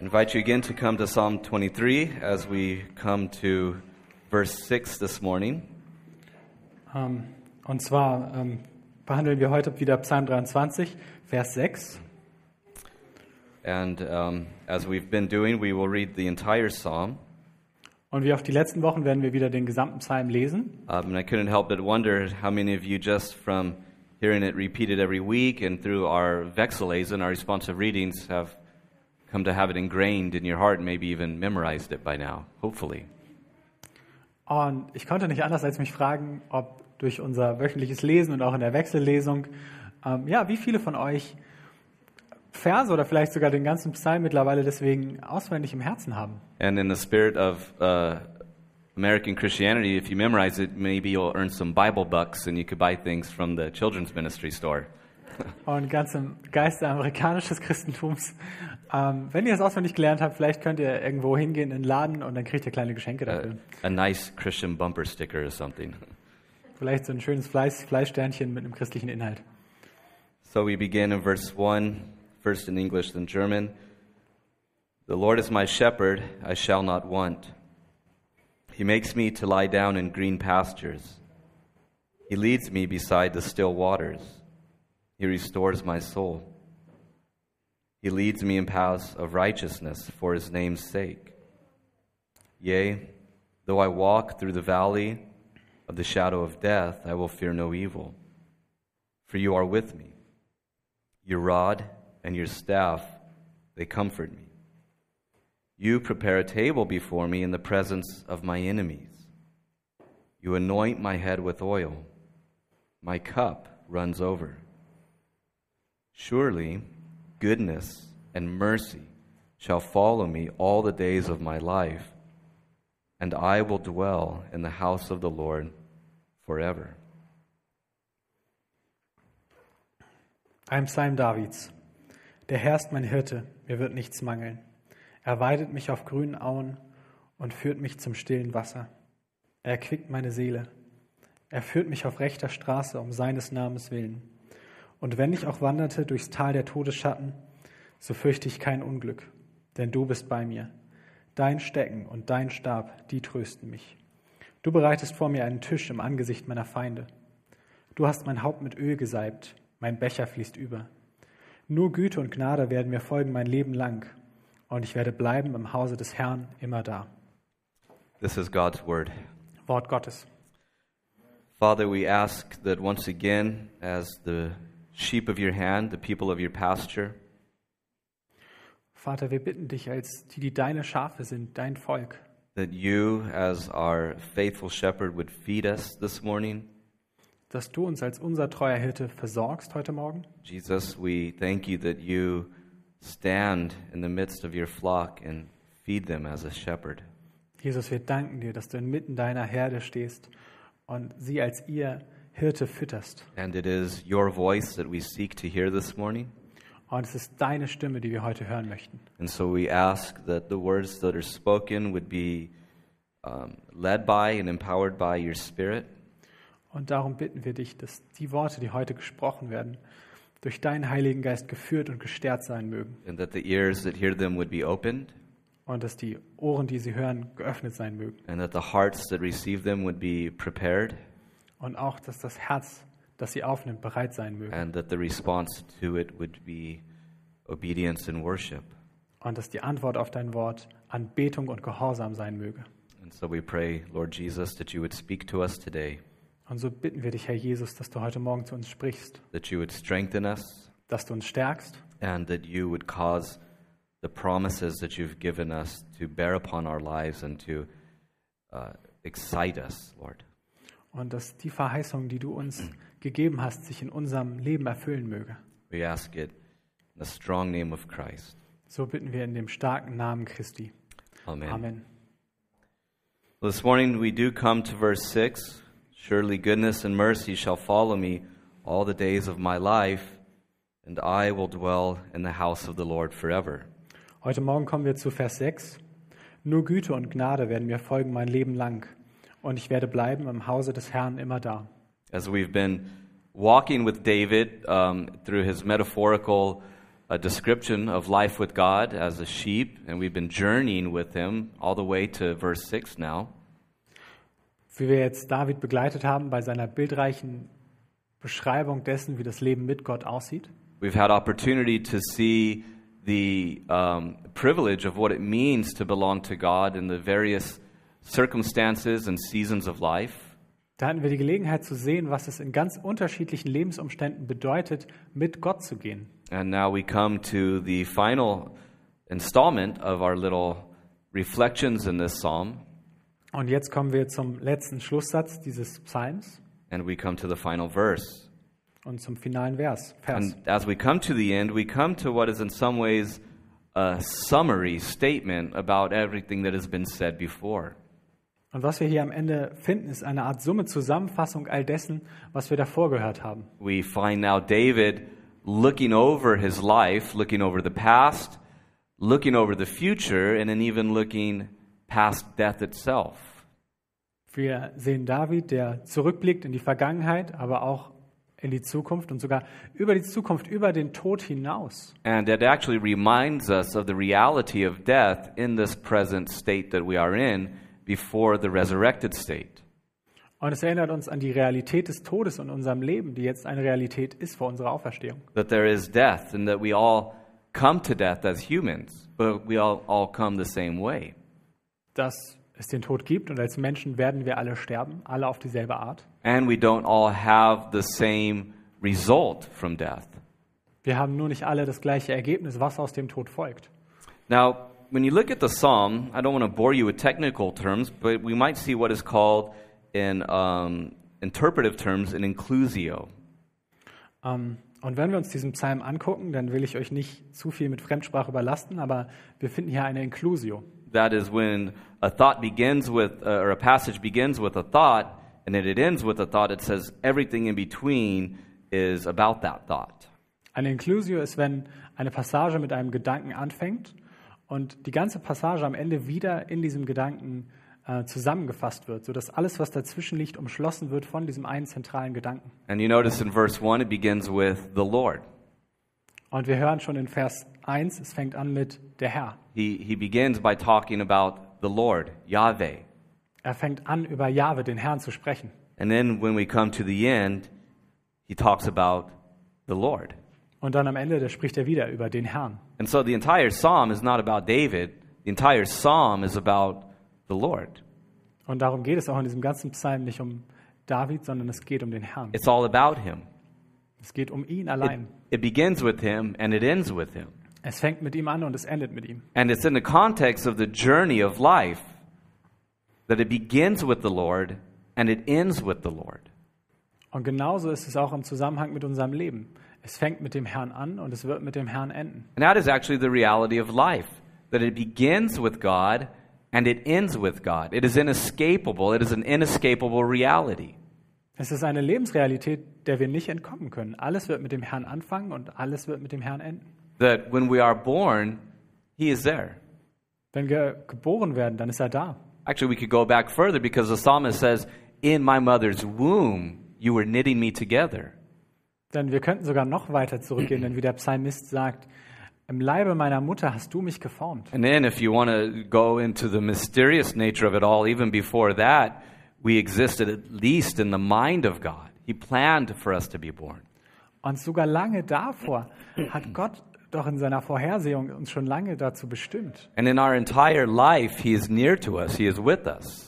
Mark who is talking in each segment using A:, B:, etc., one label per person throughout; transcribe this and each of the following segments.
A: invite you again to come to Psalm 23 as we come to verse 6 this morning.
B: Ähm, und zwar ähm, behandeln wir heute wieder Psalm 23, Vers 6.
A: And um, as we've been doing, we will read the entire psalm.
B: Und wie auch die letzten Wochen werden wir wieder den gesamten Psalm lesen.
A: Um, and I couldn't help but wonder how many of you, just from hearing it repeated every week and through our vexillays and our responsive readings, have come to have it ingrained in your heart and maybe even memorized it by now, hopefully.
B: Und ich konnte nicht anders als mich fragen, ob durch unser wöchentliches Lesen und auch in der Wechsellesung, ähm, ja, wie viele von euch Verse oder vielleicht sogar den ganzen Psalm mittlerweile deswegen auswendig im Herzen haben.
A: And in the spirit of uh, American Christianity, if you memorize it, maybe you'll earn some Bible bucks and you could buy things from the children's ministry store.
B: Und ganz im Geiste amerikanisches Christentums, ähm, wenn ihr es auswendig gelernt habt, vielleicht könnt ihr irgendwo hingehen in den Laden und dann kriegt ihr kleine Geschenke
A: A,
B: dafür.
A: a nice Christian bumper sticker or something.
B: Vielleicht so ein schönes Fleisch, Fleischsternchen mit einem christlichen Inhalt.
A: So we begin in verse 1, first in English, then German. The Lord is my shepherd, I shall not want. He makes me to lie down in green pastures. He leads me beside the still waters. He restores my soul. He leads me in paths of righteousness for his name's sake. Yea, though I walk through the valley of the shadow of death, I will fear no evil, for you are with me. Your rod and your staff, they comfort me. You prepare a table before me in the presence of my enemies. You anoint my head with oil. My cup runs over. Surely goodness and mercy shall follow me all the days of my life, and I will dwell in the house of the Lord forever.
B: Ein Psalm Davids. Der Herr ist mein Hirte, mir wird nichts mangeln. Er weidet mich auf grünen Auen und führt mich zum stillen Wasser. Er erquickt meine Seele. Er führt mich auf rechter Straße um seines Namens willen. Und wenn ich auch wanderte durchs Tal der Todesschatten, so fürchte ich kein Unglück, denn du bist bei mir. Dein Stecken und dein Stab, die trösten mich. Du bereitest vor mir einen Tisch im Angesicht meiner Feinde. Du hast mein Haupt mit Öl gesalbt, mein Becher fließt über. Nur Güte und Gnade werden mir folgen mein Leben lang, und ich werde bleiben im Hause des Herrn immer da.
A: This is God's word.
B: Wort Gottes.
A: Father, we ask that once again, as the sheep of your hand, the people of your pasture,
B: Vater, wir bitten dich als die, die deine Schafe sind, dein Volk,
A: that you, as our faithful shepherd, would feed us this morning.
B: dass du uns als unser treuer Hirte versorgst heute Morgen.
A: Jesus, we thank you that you stand in the midst of your flock and feed them as a shepherd.
B: Jesus, wir danken dir, dass du inmitten deiner Herde stehst und sie als ihr Hirte fütterst.
A: And it is your voice that we seek to hear this morning.
B: Und es ist deine Stimme, die wir heute hören möchten.
A: And so we ask that the words that are spoken would be um, led by and empowered by your Spirit.
B: Und darum bitten wir dich, dass die Worte, die heute gesprochen werden, durch deinen Heiligen Geist geführt und gestärkt sein mögen.
A: and that the ears that hear them would be opened,
B: Und dass die Ohren, die sie hören, geöffnet sein mögen.
A: and that the hearts that receive them would be prepared,
B: Und auch, dass das Herz, das sie aufnimmt, bereit sein möge.
A: and that the response to it would be obedience and worship.
B: Und dass die Antwort auf dein Wort Anbetung und Gehorsam sein möge.
A: And so we pray, Lord Jesus, that you would speak to us today,
B: Und so bitten wir dich, Herr Jesus, dass du heute Morgen zu uns sprichst,
A: that you would strengthen us,
B: dass du uns stärkst
A: and that you would cause the promises that you've given us to bear upon our lives and to uh, excite us, Lord.
B: und dass die Verheißung, die du uns gegeben hast, sich in unserem Leben erfüllen möge.
A: We ask it in the strong name of Christ.
B: So bitten wir in dem starken Namen Christi.
A: Amen.
B: Amen.
A: This morning we do come to verse 6. Surely goodness and mercy shall follow me all the days of my life, and I will dwell in the house of the Lord forever.
B: Heute Morgen kommen wir zu Vers 6. Nur Güte und Gnade werden mir folgen mein Leben lang, und ich werde bleiben im Hause des Herrn immer da.
A: As we've been walking with David um, through his metaphorical a description of life with God as a sheep, and we've been journeying with him all the way to verse 6 now.
B: Wie wir jetzt David begleitet haben bei seiner bildreichen Beschreibung dessen, wie das Leben mit Gott aussieht,
A: We've had opportunity to see the um, privilege of what it means to belong to God in the various circumstances and seasons of life.
B: da hatten wir die Gelegenheit zu sehen, was es in ganz unterschiedlichen Lebensumständen bedeutet, mit Gott zu gehen.
A: And now we come to the final installment of our little reflections in this psalm,
B: Und jetzt kommen wir zum letzten Schlusssatz dieses Psalms
A: and we come to the final verse.
B: und zum finalen Vers. Vers.
A: And as we come to the end, we come to what is in some ways a summary statement about everything that has been said before.
B: Und was wir hier am Ende finden, ist eine Art Summe, Zusammenfassung all dessen, was wir davor gehört haben.
A: We find now David looking over his life, looking over the past, looking over the future, and then even looking past death itself.
B: Wir sehen David, der zurückblickt in die Vergangenheit, aber auch in die Zukunft und sogar über die Zukunft, über den Tod hinaus.
A: And it actually reminds us of the reality of death in this present state that we are in before the resurrected state.
B: Und es erinnert uns an die Realität des Todes in unserem Leben, die jetzt eine Realität ist vor unserer Auferstehung.
A: that there is death and that we all come to death as humans, but we all, all come the same way.
B: Dass es den Tod gibt und als Menschen werden wir alle sterben, alle auf dieselbe Art.
A: And we don't all have the same result from death.
B: Wir haben nur nicht alle das gleiche Ergebnis, was aus dem Tod folgt.
A: Now, when you look at the psalm, I don't want to bore you with technical terms, but we might see what is called in um, interpretive terms an inclusio.
B: Ähm, und wenn wir uns diesen Psalm angucken, dann will ich euch nicht zu viel mit Fremdsprache überlasten, aber wir finden hier eine Inklusio.
A: That is when a thought begins with, uh, or a passage begins with a thought, and then it ends with a thought. It says everything in between is about that thought.
B: Eine Inclusio ist, wenn eine Passage mit einem Gedanken anfängt und die ganze Passage am Ende wieder in diesem Gedanken äh, zusammengefasst wird, sodass alles, was dazwischen liegt, umschlossen wird von diesem einen zentralen Gedanken.
A: And you notice in verse 1, it begins with the Lord.
B: Und wir hören schon in Vers 1, es fängt an mit der Herr.
A: He, he begins by talking about the Lord, Yahweh.
B: Er fängt an, über Jahwe, den Herrn, zu sprechen.
A: And then when we come to the end, he talks about the Lord.
B: Und dann am Ende, da spricht er wieder über den Herrn.
A: And so the entire psalm is not about David, the entire psalm is about the Lord.
B: Und darum geht es auch in diesem ganzen Psalm nicht um David, sondern es geht um den Herrn.
A: It's all about him.
B: Es geht um ihn
A: It,
B: allein.
A: it begins with him and it ends with him.
B: Es fängt mit ihm an und es endet mit ihm.
A: And it's in the context of the journey of life that it begins with the Lord and it ends with the Lord.
B: Und genauso ist es auch im Zusammenhang mit unserem Leben. Es fängt mit dem Herrn an und es wird mit dem Herrn enden.
A: And that is actually the reality of life that it begins with God and it ends with God. It is inescapable, it is an inescapable reality.
B: Es ist eine Lebensrealität, der wir nicht entkommen können. Alles wird mit dem Herrn anfangen und alles wird mit dem Herrn enden.
A: That when we are born, He is there.
B: Wenn wir geboren werden, dann ist er da.
A: Actually, we could go back further because the psalmist says, In my mother's womb, you were knitting me together.
B: Denn wir könnten sogar noch weiter zurückgehen, denn wie der Psalmist sagt, im Leibe meiner Mutter hast du mich geformt.
A: And then, if you want to go into the mysterious nature of it all, even before that, we existed at least in the mind of God. He planned for us to be born.
B: Und sogar lange davor hat Gott doch in seiner Vorhersehung uns schon lange dazu bestimmt.
A: And in our entire life, He is near to us, He is with us,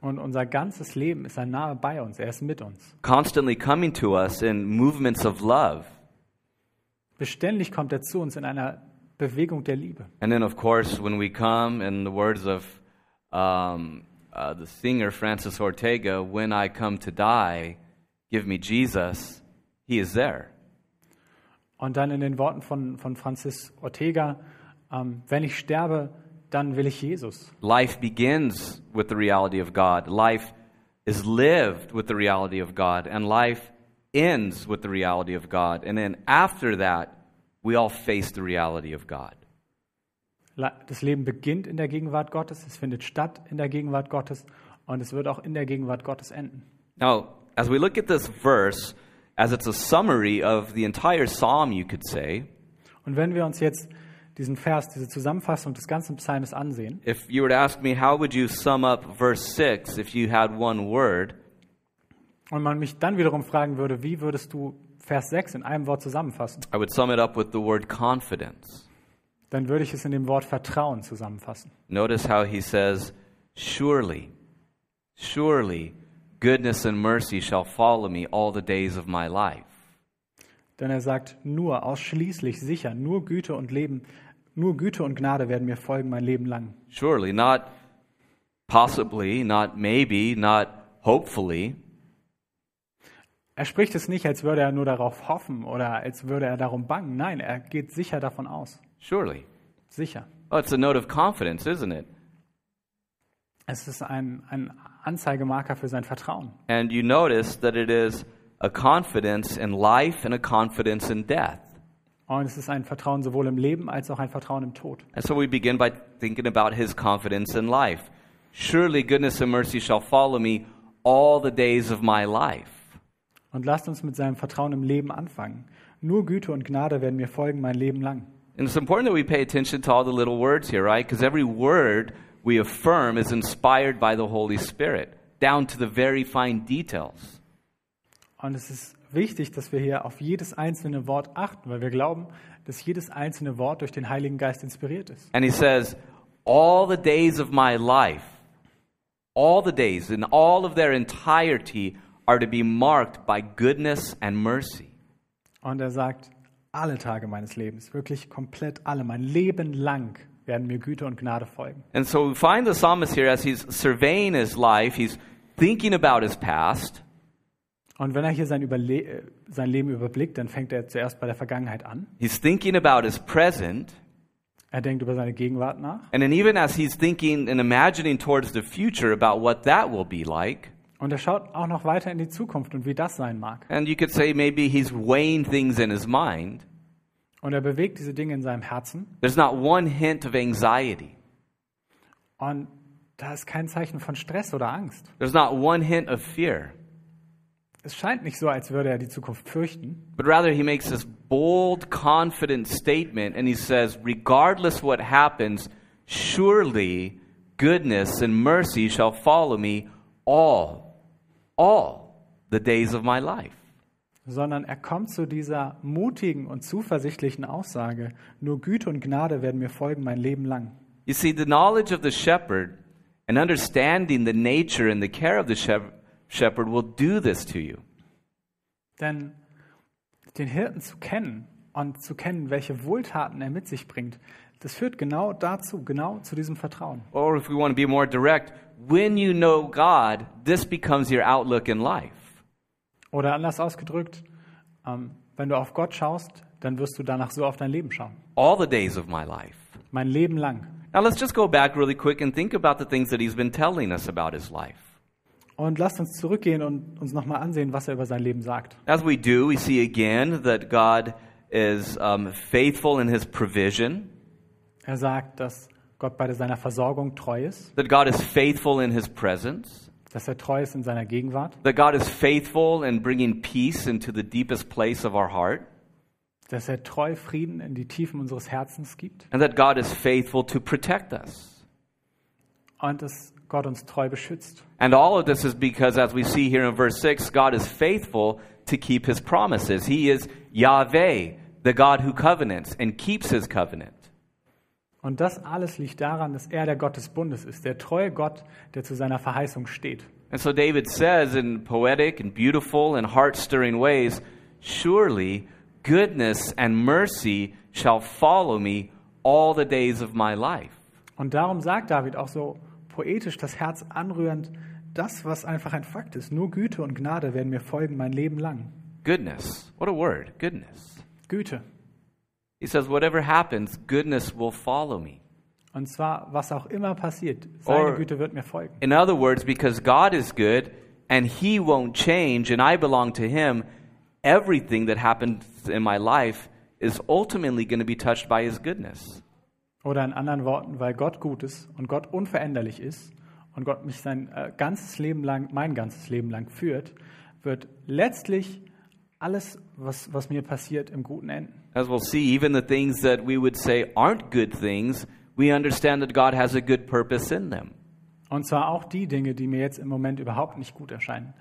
B: Und unser ganzes Leben ist er nahe bei uns, er ist mit uns.
A: constantly coming to us in movements of love.
B: Beständig kommt er zu uns in einer Bewegung der Liebe.
A: And then, of course, when we come, in the words of um, uh, the singer Francis Ortega, when I come to die, give me Jesus, He is there.
B: Und dann in den Worten von, von Francis Ortega, ähm, wenn ich sterbe, dann will ich Jesus.
A: Life begins with the reality of God, life is lived with the reality of God, and life ends with the reality of God. And then after that, we all face the reality of God.
B: La- Das Leben beginnt in der Gegenwart Gottes, es findet statt in der Gegenwart Gottes und es wird auch in der Gegenwart Gottes enden.
A: Now, as we look at this verse, as it's a summary of the entire psalm, you could say,
B: Und wenn wir uns jetzt diesen Vers, diese Zusammenfassung des ganzen Psalmes ansehen,
A: If you were to ask me, how would you sum up verse 6 if you had one word?
B: und man mich dann wiederum fragen würde, wie würdest du Vers 6 in einem Wort zusammenfassen,
A: I would sum it up with the word confidence.
B: dann würde ich es in dem Wort Vertrauen zusammenfassen.
A: Notice how he says, Surely, surely goodness and mercy shall follow me all the days of my life.
B: Denn er sagt, nur, ausschließlich, sicher, nur Güte und Leben, nur Güte und Gnade werden mir folgen mein Leben lang.
A: Surely, not possibly, not maybe, not hopefully.
B: Er spricht es nicht, als würde er nur darauf hoffen oder als würde er darum bangen. Nein, er geht sicher davon aus.
A: Surely.
B: Sicher.
A: Oh, it's a note of confidence, isn't it?
B: Es ist ein, ein Anzeigemarker für sein Vertrauen.
A: And you notice that it is a confidence in life and a confidence in death.
B: Und es ist ein Vertrauen sowohl im Leben als auch ein Vertrauen im Tod.
A: And so we begin by thinking about his confidence in life. Surely goodness and mercy shall follow me all the days of my life.
B: Und lasst uns mit seinem Vertrauen im Leben anfangen. Nur Güte und Gnade werden mir folgen mein Leben lang.
A: And it's important that we pay attention to all the little words here, right? Because every word we affirm is inspired by the Holy Spirit, down to the very fine details.
B: Und es ist wichtig, dass wir hier auf jedes einzelne Wort achten, weil wir glauben, dass jedes einzelne Wort durch den Heiligen Geist inspiriert ist.
A: And he says, All the days of my life, all the days in all of their entirety are to be marked by goodness and mercy.
B: Und er sagt, alle Tage meines Lebens, wirklich komplett alle, mein Leben lang werden mir Güte und Gnade folgen.
A: And so we find the psalmist here as he's surveying his life, he's thinking about his past,
B: Und wenn er hier sein, Überle äh, sein Leben überblickt, dann fängt er zuerst bei der Vergangenheit an.
A: he's thinking about his present.
B: Er denkt über seine Gegenwart nach.
A: And then, even as he's thinking and imagining towards the future about what that will be like,
B: Und er schaut auch noch weiter in die Zukunft und wie das sein mag.
A: and you could say maybe he's weighing things in his mind,
B: Und er bewegt diese Dinge in seinem Herzen.
A: there's not one hint of anxiety.
B: Und da ist kein Zeichen von Stress oder Angst.
A: There's not one hint of fear.
B: Es scheint nicht so, als würde er die Zukunft fürchten,
A: But rather, he makes this bold, confident statement, and he says, Regardless what happens, surely goodness and mercy shall follow me all, all the days of my life.
B: sondern er kommt zu dieser mutigen und zuversichtlichen Aussage, nur Güte und Gnade werden mir folgen mein Leben lang.
A: You see, the knowledge of the shepherd and understanding the nature and the care of the shep- shepherd will do this to you.
B: Denn den Hirten zu kennen und zu kennen, welche Wohltaten er mit sich bringt, das führt genau dazu, genau zu diesem Vertrauen.
A: Or if we want to be more direct, when you know God, this becomes your outlook in life.
B: Oder anders ausgedrückt, ähm, wenn du auf Gott schaust, dann wirst du danach so auf dein Leben schauen.
A: All the days of my life.
B: Mein Leben lang.
A: Now let's just go back really quick and think about the things that he's been telling us about his life.
B: Und lasst uns zurückgehen und uns nochmal ansehen, was er über sein Leben sagt.
A: As we do, we see again that God is um, faithful in his provision,
B: Er sagt, dass Gott bei seiner Versorgung treu ist,
A: that God is faithful in his presence.
B: dass er treu ist in seiner Gegenwart,
A: that God is faithful in bringing peace into the deepest place of our heart,
B: dass er treu Frieden in die Tiefen unseres Herzens gibt
A: and that God is faithful to protect us.
B: und dass Gott uns treu beschützt.
A: And all of this is because, as we see here in verse 6, God is faithful to keep his promises. He is Yahweh, the God who covenants and keeps his covenant.
B: Und das alles liegt daran, dass er der Gott des Bundes ist, der treue Gott, der zu seiner Verheißung steht.
A: And so David says in poetic and beautiful and heart stirring ways Surely goodness and mercy shall follow me all the days of my life.
B: Und darum sagt David auch so poetisch, das Herz anrührend, das, was einfach ein Fakt ist, nur Güte und Gnade werden mir folgen mein Leben lang.
A: Goodness. What a word. Goodness.
B: Güte.
A: He says, Whatever happens, goodness will follow me.
B: Und zwar, was auch immer passiert, seine
A: Or-
B: Güte wird mir folgen.
A: In other words, because God is good and He won't change and I belong to Him, everything that happens in my life is ultimately going to be touched by His goodness.
B: Oder in anderen Worten, weil Gott gut ist und Gott unveränderlich ist und Gott mich sein äh, ganzes Leben lang, mein ganzes Leben lang führt, wird letztlich alles, was, was mir passiert, im Guten enden.
A: As we'll see, even the things that we would say aren't good things, we understand that God has a good purpose in them.
B: Und zwar auch die Dinge, die mir jetzt im Moment überhaupt nicht gut erscheinen.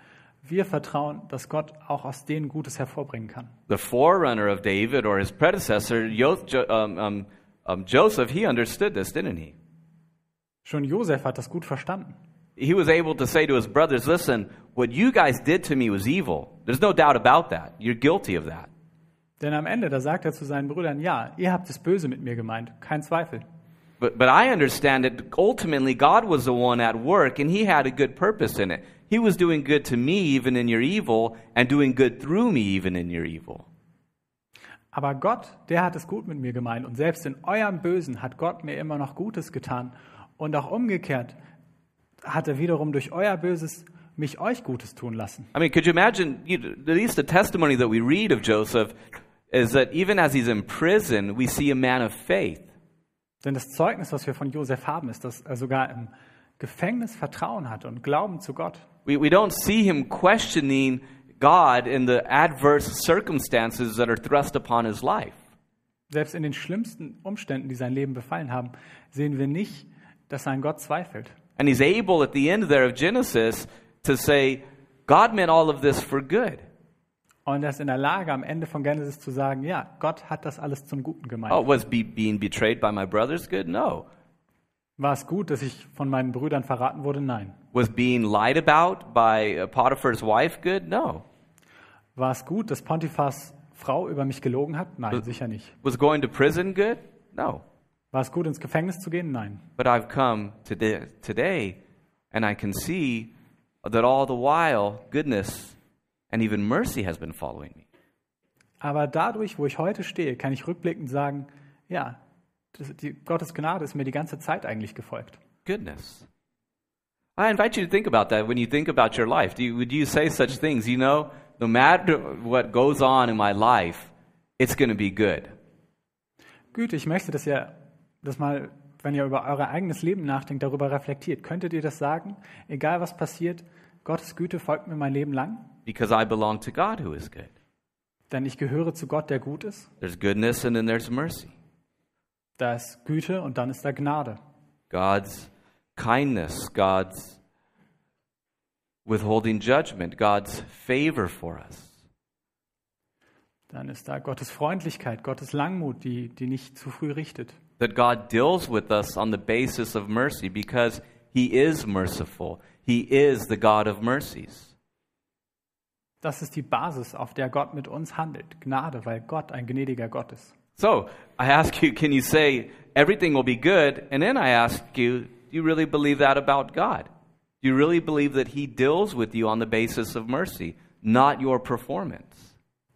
B: Wir vertrauen, dass Gott auch aus denen Gutes hervorbringen kann.
A: The forerunner of David or his predecessor, Yo- Jo- um, um, um, Joseph, he understood this, didn't he?
B: Schon Josef hat das gut verstanden.
A: He was able to say to his brothers, Listen, what you guys did to me was evil. There's no doubt about that. You're guilty of that.
B: Denn am Ende, da sagt er zu seinen Brüdern, ja, ihr habt es böse mit mir gemeint, kein Zweifel.
A: But, but I understand that ultimately God was the one at work and he had a good purpose in it. He was doing good to me even in your evil and doing good through me even in your evil.
B: Aber Gott, der hat es gut mit mir gemeint und selbst in eurem Bösen hat Gott mir immer noch Gutes getan und auch umgekehrt hat er wiederum durch euer Böses mich euch Gutes tun lassen.
A: I mean, could you imagine? You, at least the testimony that we read of Joseph is that even as he's in prison, we see a man of faith.
B: Denn das Zeugnis, was wir von Josef haben, ist, dass er sogar im Gefängnis Vertrauen hatte und Glauben zu Gott.
A: We, we don't see him questioning God in the adverse circumstances that are thrust upon his life.
B: Selbst in den schlimmsten Umständen, die sein Leben befallen haben, sehen wir nicht, dass er an Gott zweifelt.
A: And he's able at the end there of Genesis to say, God meant all of this for good.
B: Und er ist in der Lage, am Ende von Genesis zu sagen, ja, Gott hat das alles zum Guten gemeint.
A: Oh, was be- being betrayed by my brothers good? No.
B: War es gut, dass ich von meinen Brüdern verraten wurde? Nein.
A: Was being lied about by uh, Potiphar's wife good? No.
B: War es gut, dass Pontiphas Frau über mich gelogen hat? Nein, sicher nicht.
A: Was going to prison good? No.
B: War es gut, ins Gefängnis zu gehen? Nein.
A: But I've come today, today and I can see that all the while goodness and even mercy has been following me.
B: Aber dadurch, wo ich heute stehe, kann ich rückblickend sagen, ja, das, die, Gottes Gnade ist mir die ganze Zeit eigentlich gefolgt.
A: Goodness. I invite you to think about that when you think about your life. Do you, would you say such things? You know, no matter what goes on in my life, it's going to be good.
B: Güte, ich möchte, dass ihr das mal, wenn ihr über euer eigenes Leben nachdenkt, darüber reflektiert. Könntet ihr das sagen? Egal was passiert, Gottes Güte folgt mir mein Leben lang,
A: because I belong to God who is good.
B: denn ich gehöre zu Gott, der gut ist.
A: There's goodness and then there's mercy.
B: Da ist Güte und dann ist da Gnade.
A: God's kindness, God's withholding judgment, God's favor for us.
B: Dann ist da Gottes Freundlichkeit, Gottes Langmut, die, die nicht zu früh richtet.
A: That God deals with us on the basis of mercy because He is merciful. He is the God of mercies.
B: Das ist die Basis, auf der Gott mit uns handelt. Gnade, weil Gott ein gnädiger Gott ist.
A: So I ask you, can you say everything will be good? And then I ask you, do you really believe that about God? Do you really believe that He deals with you on the basis of mercy, not your performance?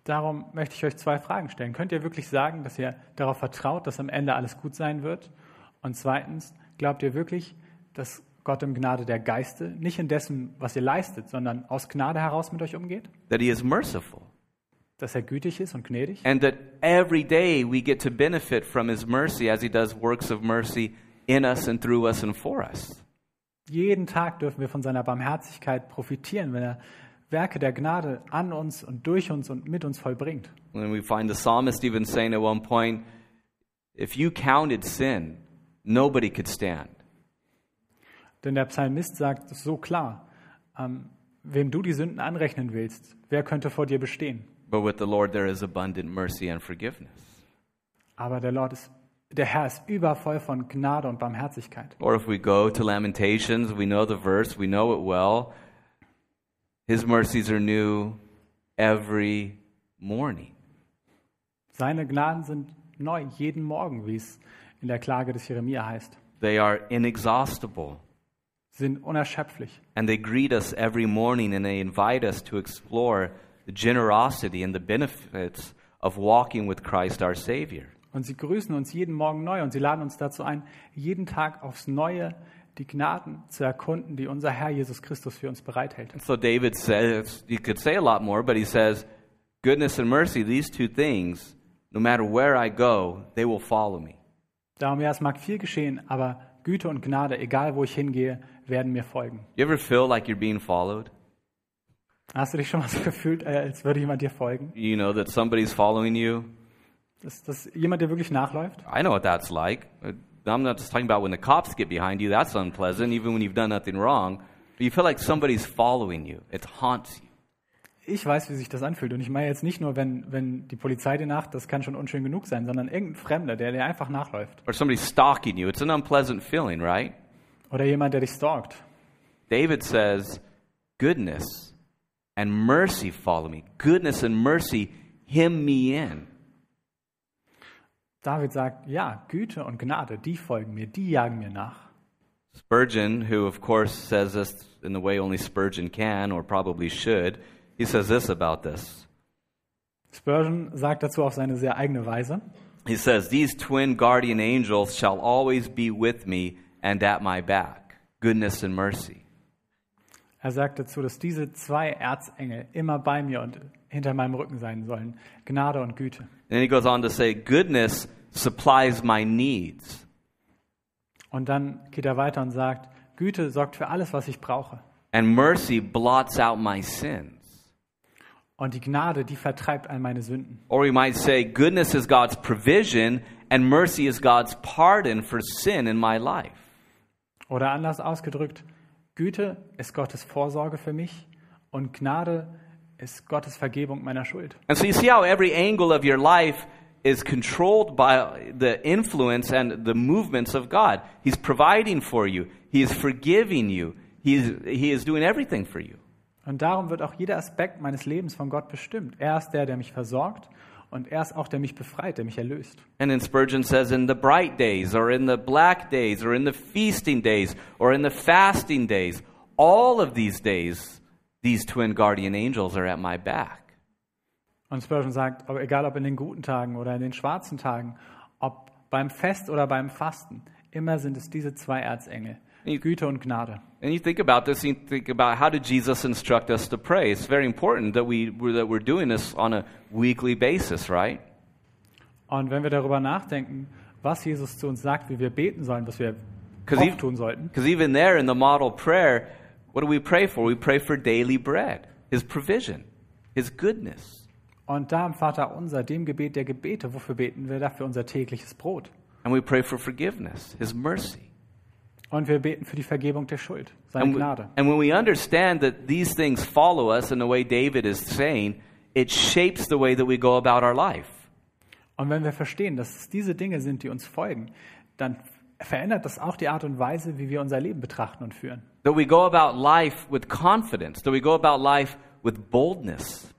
B: Darum möchte ich euch zwei Fragen stellen. Könnt ihr wirklich sagen, dass ihr darauf vertraut, dass am Ende alles gut sein wird? Und zweitens, glaubt ihr wirklich, dass Gott im Gnade der Geiste, nicht in dessen, was ihr leistet, sondern aus Gnade heraus mit euch umgeht?
A: that he is merciful
B: Dass er gütig ist und gnädig?
A: and that every day we get to benefit from his mercy as he does works of mercy in us and through us and for us.
B: Jeden Tag dürfen wir von seiner Barmherzigkeit profitieren, wenn er Werke der Gnade an uns und durch uns und mit uns vollbringt.
A: And we find the psalmist even saying at one point, if you counted sin, nobody could stand.
B: Denn der Psalmist sagt es so klar, ähm, wem du die Sünden anrechnen willst, wer könnte vor dir bestehen?
A: But with the Lord there is abundant mercy and forgiveness.
B: Aber der Lord ist, der Herr ist übervoll von Gnade und Barmherzigkeit.
A: Or if we go to Lamentations, we know the verse, we know it well. His mercies are new every morning.
B: Seine Gnaden sind neu jeden Morgen, wie es in der Klage des Jeremia heißt,
A: They are inexhaustible.
B: sind unerschöpflich.
A: And they greet us every morning and they invite us to explore the generosity and the benefits of walking with Christ our Savior.
B: Und sie grüßen uns jeden Morgen neu und sie laden uns dazu ein, jeden Tag aufs Neue die Gnaden zu erkunden, die unser Herr Jesus Christus für uns bereithält.
A: So David says, you could say a lot more, but he says, goodness and mercy, these two things, no matter where I go, they will follow me.
B: Darum ja, es mag viel geschehen, aber Güte und Gnade, egal wo ich hingehe, werden mir folgen.
A: You ever feel like you're being followed?
B: Hast du dich schon mal so gefühlt, äh, als würde jemand dir folgen?
A: You know that somebody's following you?
B: Ist das jemand, der wirklich nachläuft?
A: I know what that's like. Uh, I'm not just talking about when the cops get behind you, that's unpleasant, even when you've done nothing wrong. But you feel like somebody's following you, it haunts you.
B: Ich weiß, wie sich das anfühlt. Und ich meine jetzt nicht nur, wenn, wenn die Polizei dir nach, das kann schon unschön genug sein, sondern irgendein Fremder, der dir einfach nachläuft.
A: Or somebody's stalking you, it's an unpleasant feeling, right?
B: Oder jemand, der dich stalkt.
A: David says, Goodness and mercy follow me. Goodness and mercy hem me in.
B: David sagt, ja, Güte und Gnade, die folgen mir, die jagen mir nach.
A: Spurgeon, who of course says this in the way only Spurgeon can or probably should, he says this about this.
B: Spurgeon sagt dazu auf seine sehr eigene Weise.
A: He says, These twin guardian angels shall always be with me and at my back, goodness and mercy.
B: Er sagt dazu, dass diese zwei Erzengel immer bei mir und hinter meinem Rücken sein sollen. Gnade und Güte.
A: And then he goes on to say, Goodness supplies my needs.
B: Und dann geht er weiter und sagt, Güte sorgt für alles, was ich brauche.
A: and mercy blots out my sins.
B: Und die Gnade, die vertreibt all meine Sünden.
A: Or we might say, goodness is God's provision, and mercy is God's pardon for sin in my life.
B: Oder anders ausgedrückt, Güte ist Gottes Vorsorge für mich und Gnade ist Gottes Vergebung meiner Schuld.
A: And so you see how every angle of your life is controlled by the influence and the movements of God. He's providing for you, He is forgiving you, He is, he is doing everything for you.
B: Und darum wird auch jeder Aspekt meines Lebens von Gott bestimmt. Er ist der, der mich versorgt und er ist auch der mich befreit, der mich erlöst.
A: And then Spurgeon says, in the bright days, or in the black days, or in the feasting days, or in the fasting days, all of these days, these twin guardian angels are at my back.
B: Und Spurgeon sagt, ob, egal ob in den guten Tagen oder in den schwarzen Tagen, ob beim Fest oder beim Fasten, immer sind es diese zwei Erzengel,
A: Ich-
B: Güte und Gnade.
A: And you think about this, you think about how did Jesus instruct us to pray? It's very important that, we, that we're doing this on a weekly basis, right?
B: Und wenn wir darüber nachdenken, was Jesus zu uns sagt, wie wir beten sollen, was wir
A: Because
B: auch tun sollten,
A: even there in the model prayer, what do we pray for? We pray for daily bread, His provision, His goodness.
B: und da im Vater unser, dem Gebet der Gebete, wofür beten wir dafür unser tägliches Brot?
A: And we pray for forgiveness, His mercy.
B: Und wir beten für die Vergebung der Schuld, seine
A: And, we-
B: Gnade.
A: and when we understand that these things follow us in the way David is saying, it shapes the way that we go about our life.
B: Und wenn wir verstehen, dass es diese Dinge sind, die uns folgen, dann verändert das auch die Art und Weise, wie wir unser Leben betrachten und führen.
A: That we go about life with confidence, that we go about life with boldness,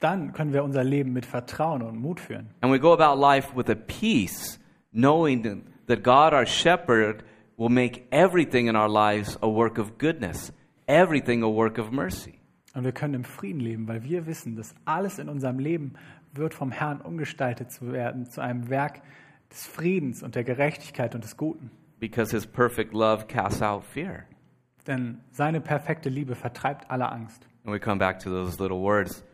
B: Dann können wir unser Leben mit Vertrauen und Mut führen.
A: and we go about life with a peace, knowing that- that God, our shepherd, will make everything in our lives a work of goodness, everything a work of mercy.
B: Und wir können im Frieden leben, weil wir wissen, dass alles in unserem Leben wird vom Herrn umgestaltet zu werden zu einem Werk des Friedens und der Gerechtigkeit und des Guten.
A: Because his perfect love casts out fear.
B: Denn seine perfekte Liebe vertreibt alle Angst.
A: And we come back to those little words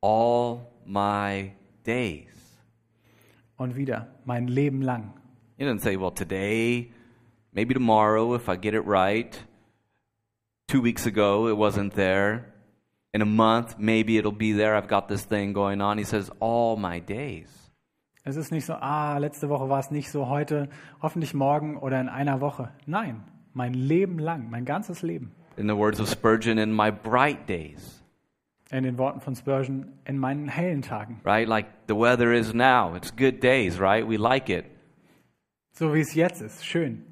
A: all my days.
B: Und wieder, mein Leben lang.
A: He doesn't say, well, today, maybe tomorrow, if I get it right. Two weeks ago, it wasn't there. In a month, maybe it'll be there. I've got this thing going on. He says, all my days.
B: Es ist nicht so, ah, letzte Woche war es nicht so, heute, hoffentlich morgen oder in einer Woche. Nein, mein Leben lang, mein ganzes Leben.
A: In the words of Spurgeon, in my bright days,
B: In den Worten von Spurgeon, in meinen hellen Tagen.
A: right? Like the weather is now. It's good days, right? We like it.
B: So wie es jetzt ist, schön.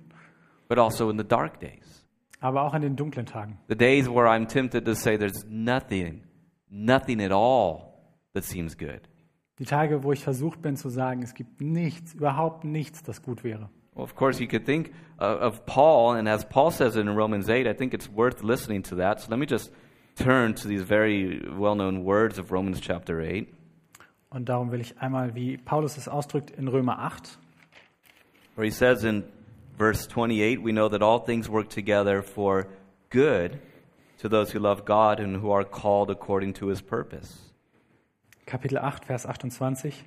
A: But also in the dark days.
B: Aber auch in den dunklen Tagen.
A: The days where I'm tempted to say there's nothing, nothing at all that seems good.
B: Die Tage, wo ich versucht bin zu sagen, es gibt nichts, überhaupt nichts, das gut wäre.
A: Well, of course, you could think uh, of Paul, and as Paul says in Romans 8, I think it's worth listening to that. So let me just turn to these very well known words of Romans chapter 8.
B: Und darum will ich einmal, wie Paulus es ausdrückt, in Römer 8,
A: where he says in verse 28 we know that all things work together for good to those who love God and who are called according to his purpose.
B: Kapitel 8, Vers 28.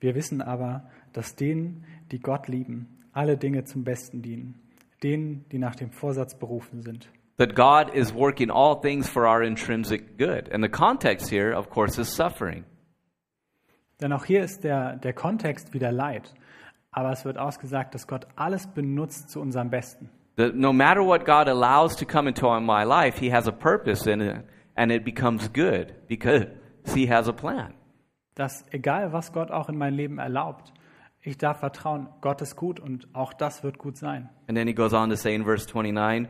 B: Wir wissen aber, dass denen, die Gott lieben, alle Dinge zum Besten dienen, denen, die nach dem Vorsatz berufen sind.
A: That God is working all things for our intrinsic good. And the context here, of course, is suffering.
B: Denn auch hier ist der, der Kontext wieder Leid. Aber es wird ausgesagt, dass Gott alles benutzt zu unserem Besten.
A: That no matter what God allows to come into my life, He has a purpose in it, and it becomes good because He has a plan.
B: Dass egal, was Gott auch in mein Leben erlaubt, ich darf vertrauen, Gott ist gut und auch das wird gut sein.
A: And then he goes on to say in verse 29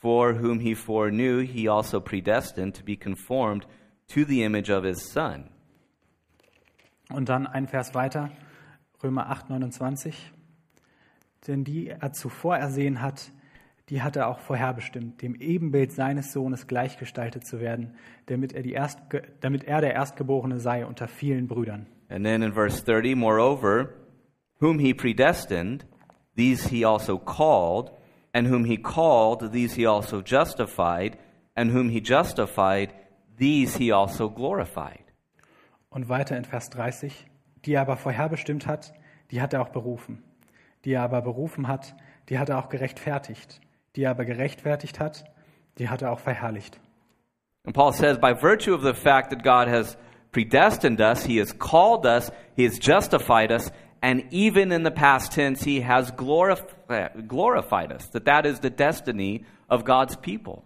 A: For whom he foreknew, he also predestined to be conformed to the image of his son.
B: Und dann ein Vers weiter, Römer 8, 29. Denn die er zuvor ersehen hat, die hat er auch vorherbestimmt, dem Ebenbild seines Sohnes gleichgestaltet zu werden, damit er, die Erstge damit er der Erstgeborene sei unter vielen Brüdern.
A: And then in verse 30, moreover, whom he predestined, these he also called, and whom he called, these he also justified, and whom he justified, these he also glorified.
B: Und weiter in Vers 30, die er aber vorherbestimmt hat, die hat er auch berufen. Die er aber berufen hat, die hat er auch gerechtfertigt. Die er aber gerechtfertigt hat, die hat er auch verherrlicht.
A: And Paul says, by virtue of the fact that God has predestined us, He has called us, He has justified us, and even in the past tense, He has glorif- glorified us. That that is the destiny of God's people.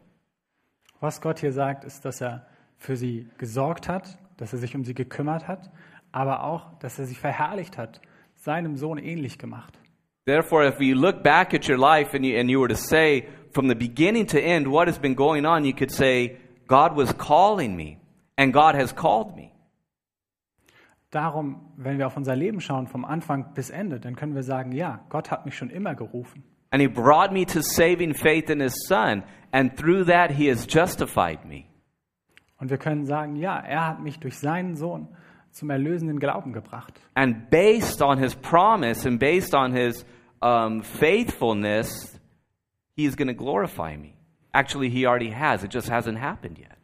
B: Was Gott hier sagt, ist, dass er für sie gesorgt hat, dass er sich um sie gekümmert hat, aber auch, dass er sie verherrlicht hat, seinem Sohn ähnlich gemacht.
A: Therefore, if you look back at your life and you, and you were to say from the beginning to end what has been going on, you could say, God was calling me, and God has called me.
B: Darum, wenn wir auf unser Leben schauen, vom Anfang bis Ende, dann können wir sagen, ja, Gott hat mich schon immer gerufen.
A: And He brought me to saving faith in His Son, and through that, He has justified me.
B: Und wir können sagen, ja, er hat mich durch seinen Sohn zum erlösenden Glauben gebracht.
A: And based on his promise and based on his um, faithfulness, he is going to glorify me. Actually, he already has. It just hasn't happened yet.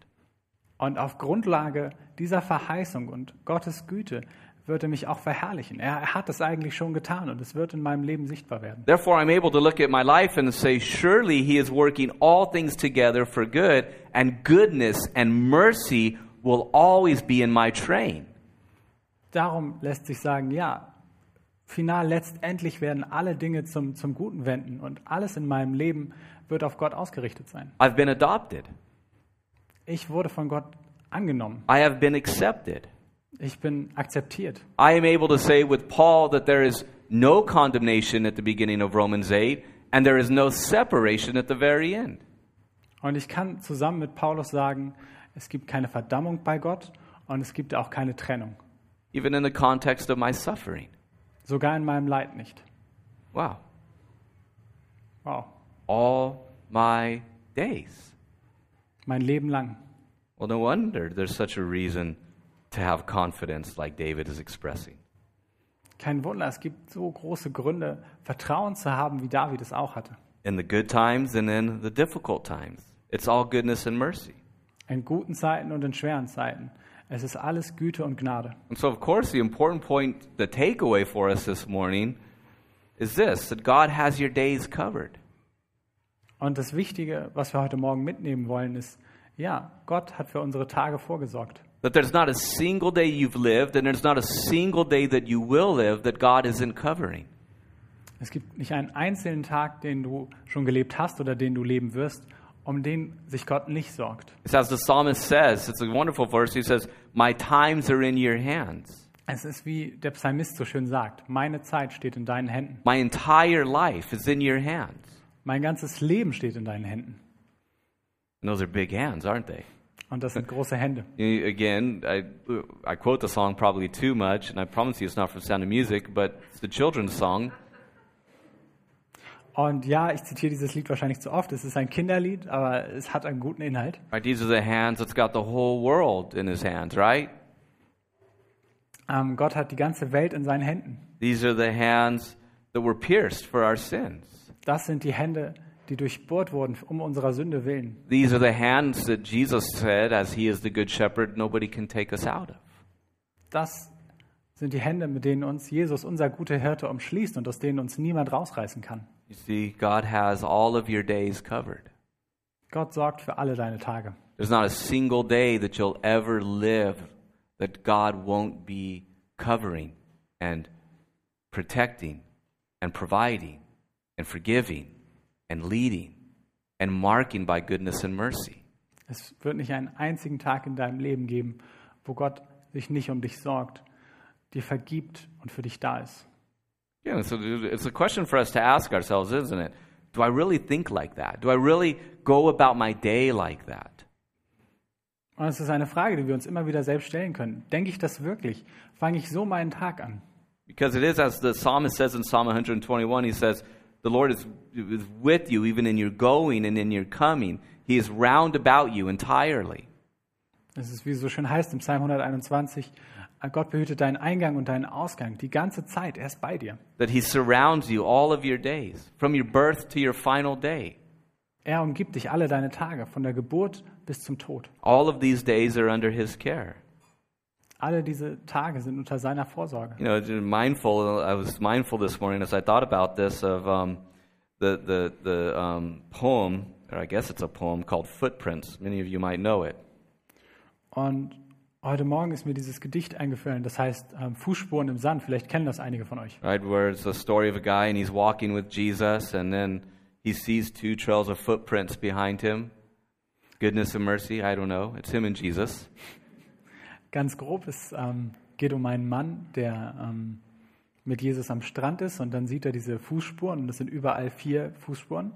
B: Und auf Grundlage dieser Verheißung und Gottes Güte wird er mich auch verherrlichen. Er, er hat es eigentlich schon getan und es wird in meinem Leben sichtbar werden.
A: Therefore, I'm able to look at my life and say, Surely he is working all things together for good, and goodness and mercy will always be in my train.
B: Darum lässt sich sagen, ja, final letztendlich werden alle Dinge zum, zum Guten wenden und alles in meinem Leben wird auf Gott ausgerichtet sein.
A: I've been adopted,
B: Ich wurde von Gott angenommen.
A: I have been accepted.
B: Ich bin akzeptiert.
A: I am able to say with Paul that there is no condemnation at the beginning of Romans 8, and there is no separation at the very end.
B: Und ich kann zusammen mit Paulus sagen, es gibt keine Verdammung bei Gott und es gibt auch keine Trennung.
A: even in the context of my suffering.
B: Sogar in meinem Leid nicht.
A: Wow.
B: Wow.
A: All my days.
B: Mein Leben lang.
A: Well, no wonder there's such a reason to have confidence like David is expressing.
B: Kein Wunder, es gibt so große Gründe, Vertrauen zu haben, wie David es auch hatte.
A: In the good times and in the difficult times, it's all goodness and mercy.
B: In guten Zeiten und in schweren Zeiten. Es ist alles Güte und Gnade.
A: And so, of course, the important point, the takeaway for us this morning is this that God has your days covered.
B: Und das Wichtige, was wir heute Morgen mitnehmen wollen, ist, ja, Gott hat für unsere Tage vorgesorgt.
A: That there's not a single day you've lived and there's not a single day that you will live that God isn't covering.
B: Es gibt nicht einen einzelnen Tag, den du schon gelebt hast oder den du leben wirst, um den sich Gott nicht sorgt.
A: It's as the psalmist says, it's a wonderful verse. He says, My times are in your hands.
B: Es ist wie der Psalmist so schön sagt, meine Zeit steht in deinen Händen,
A: My entire life is in your hands.
B: mein ganzes Leben steht in deinen Händen.
A: And those are big hands, aren't they?
B: Und das sind große Hände.
A: Y- Again, I, I quote the song probably too much, and I promise you it's not from Sound of Music, but it's the children's song.
B: Und ja, ich zitiere dieses Lied wahrscheinlich zu oft, es ist ein Kinderlied, aber es hat einen guten Inhalt.
A: Right? These are the hands that's got the whole world in his hands, right?
B: Ähm, Gott hat die ganze Welt in seinen Händen.
A: These are the hands that were pierced for our sins.
B: Das sind die Hände, die durchbohrt wurden um unserer Sünde willen.
A: These are the hands that Jesus said, as he is the good shepherd, nobody can take us out of.
B: Das sind die Hände, mit denen uns Jesus, unser guter Hirte, umschließt und aus denen uns niemand rausreißen kann.
A: You see, God has all of your days covered.
B: Gott sorgt für alle deine Tage.
A: There's not a single day that you'll ever live that God won't be covering and protecting and providing and forgiving and leading and marking by goodness and mercy.
B: Es wird nicht einen einzigen Tag in deinem Leben geben, wo Gott sich nicht um dich sorgt, dir vergibt und für dich da ist.
A: Yeah, so it's a question for us to ask ourselves, isn't it? Do I really think like that? Do I really go about my day like that?
B: Und es ist eine Frage, die wir uns immer wieder selbst stellen können. Denke ich das wirklich? Fange ich so meinen Tag an?
A: Because it is as the psalmist says in Psalm 121, he says, The Lord is, is with you even in your going and in your coming. He is round about you entirely.
B: Es ist, wie es so schön heißt im Psalm 121, Gott behütet deinen Eingang und deinen Ausgang die ganze Zeit, er ist bei dir.
A: That he surrounds you all of your days, from your birth to your final day.
B: Er umgibt dich alle deine Tage, von der Geburt bis zum Tod.
A: All of these days are under his care.
B: Alle diese Tage sind unter seiner Vorsorge.
A: You know, just mindful. I was mindful this morning as I thought about this of um, the the the um, poem, or I guess it's a poem called "Footprints." Many of you might know it.
B: Und heute Morgen ist mir dieses Gedicht eingefallen, das heißt ähm, Fußspuren im Sand. Vielleicht kennen das einige von euch.
A: right? Where it's the story of a guy and he's walking with Jesus, and then he sees two trails of footprints behind him. Goodness and mercy, I don't know. It's him and Jesus.
B: Ganz grob, es ähm, geht um einen Mann, der ähm, mit Jesus am Strand ist und dann sieht er diese Fußspuren und das sind überall vier Fußspuren.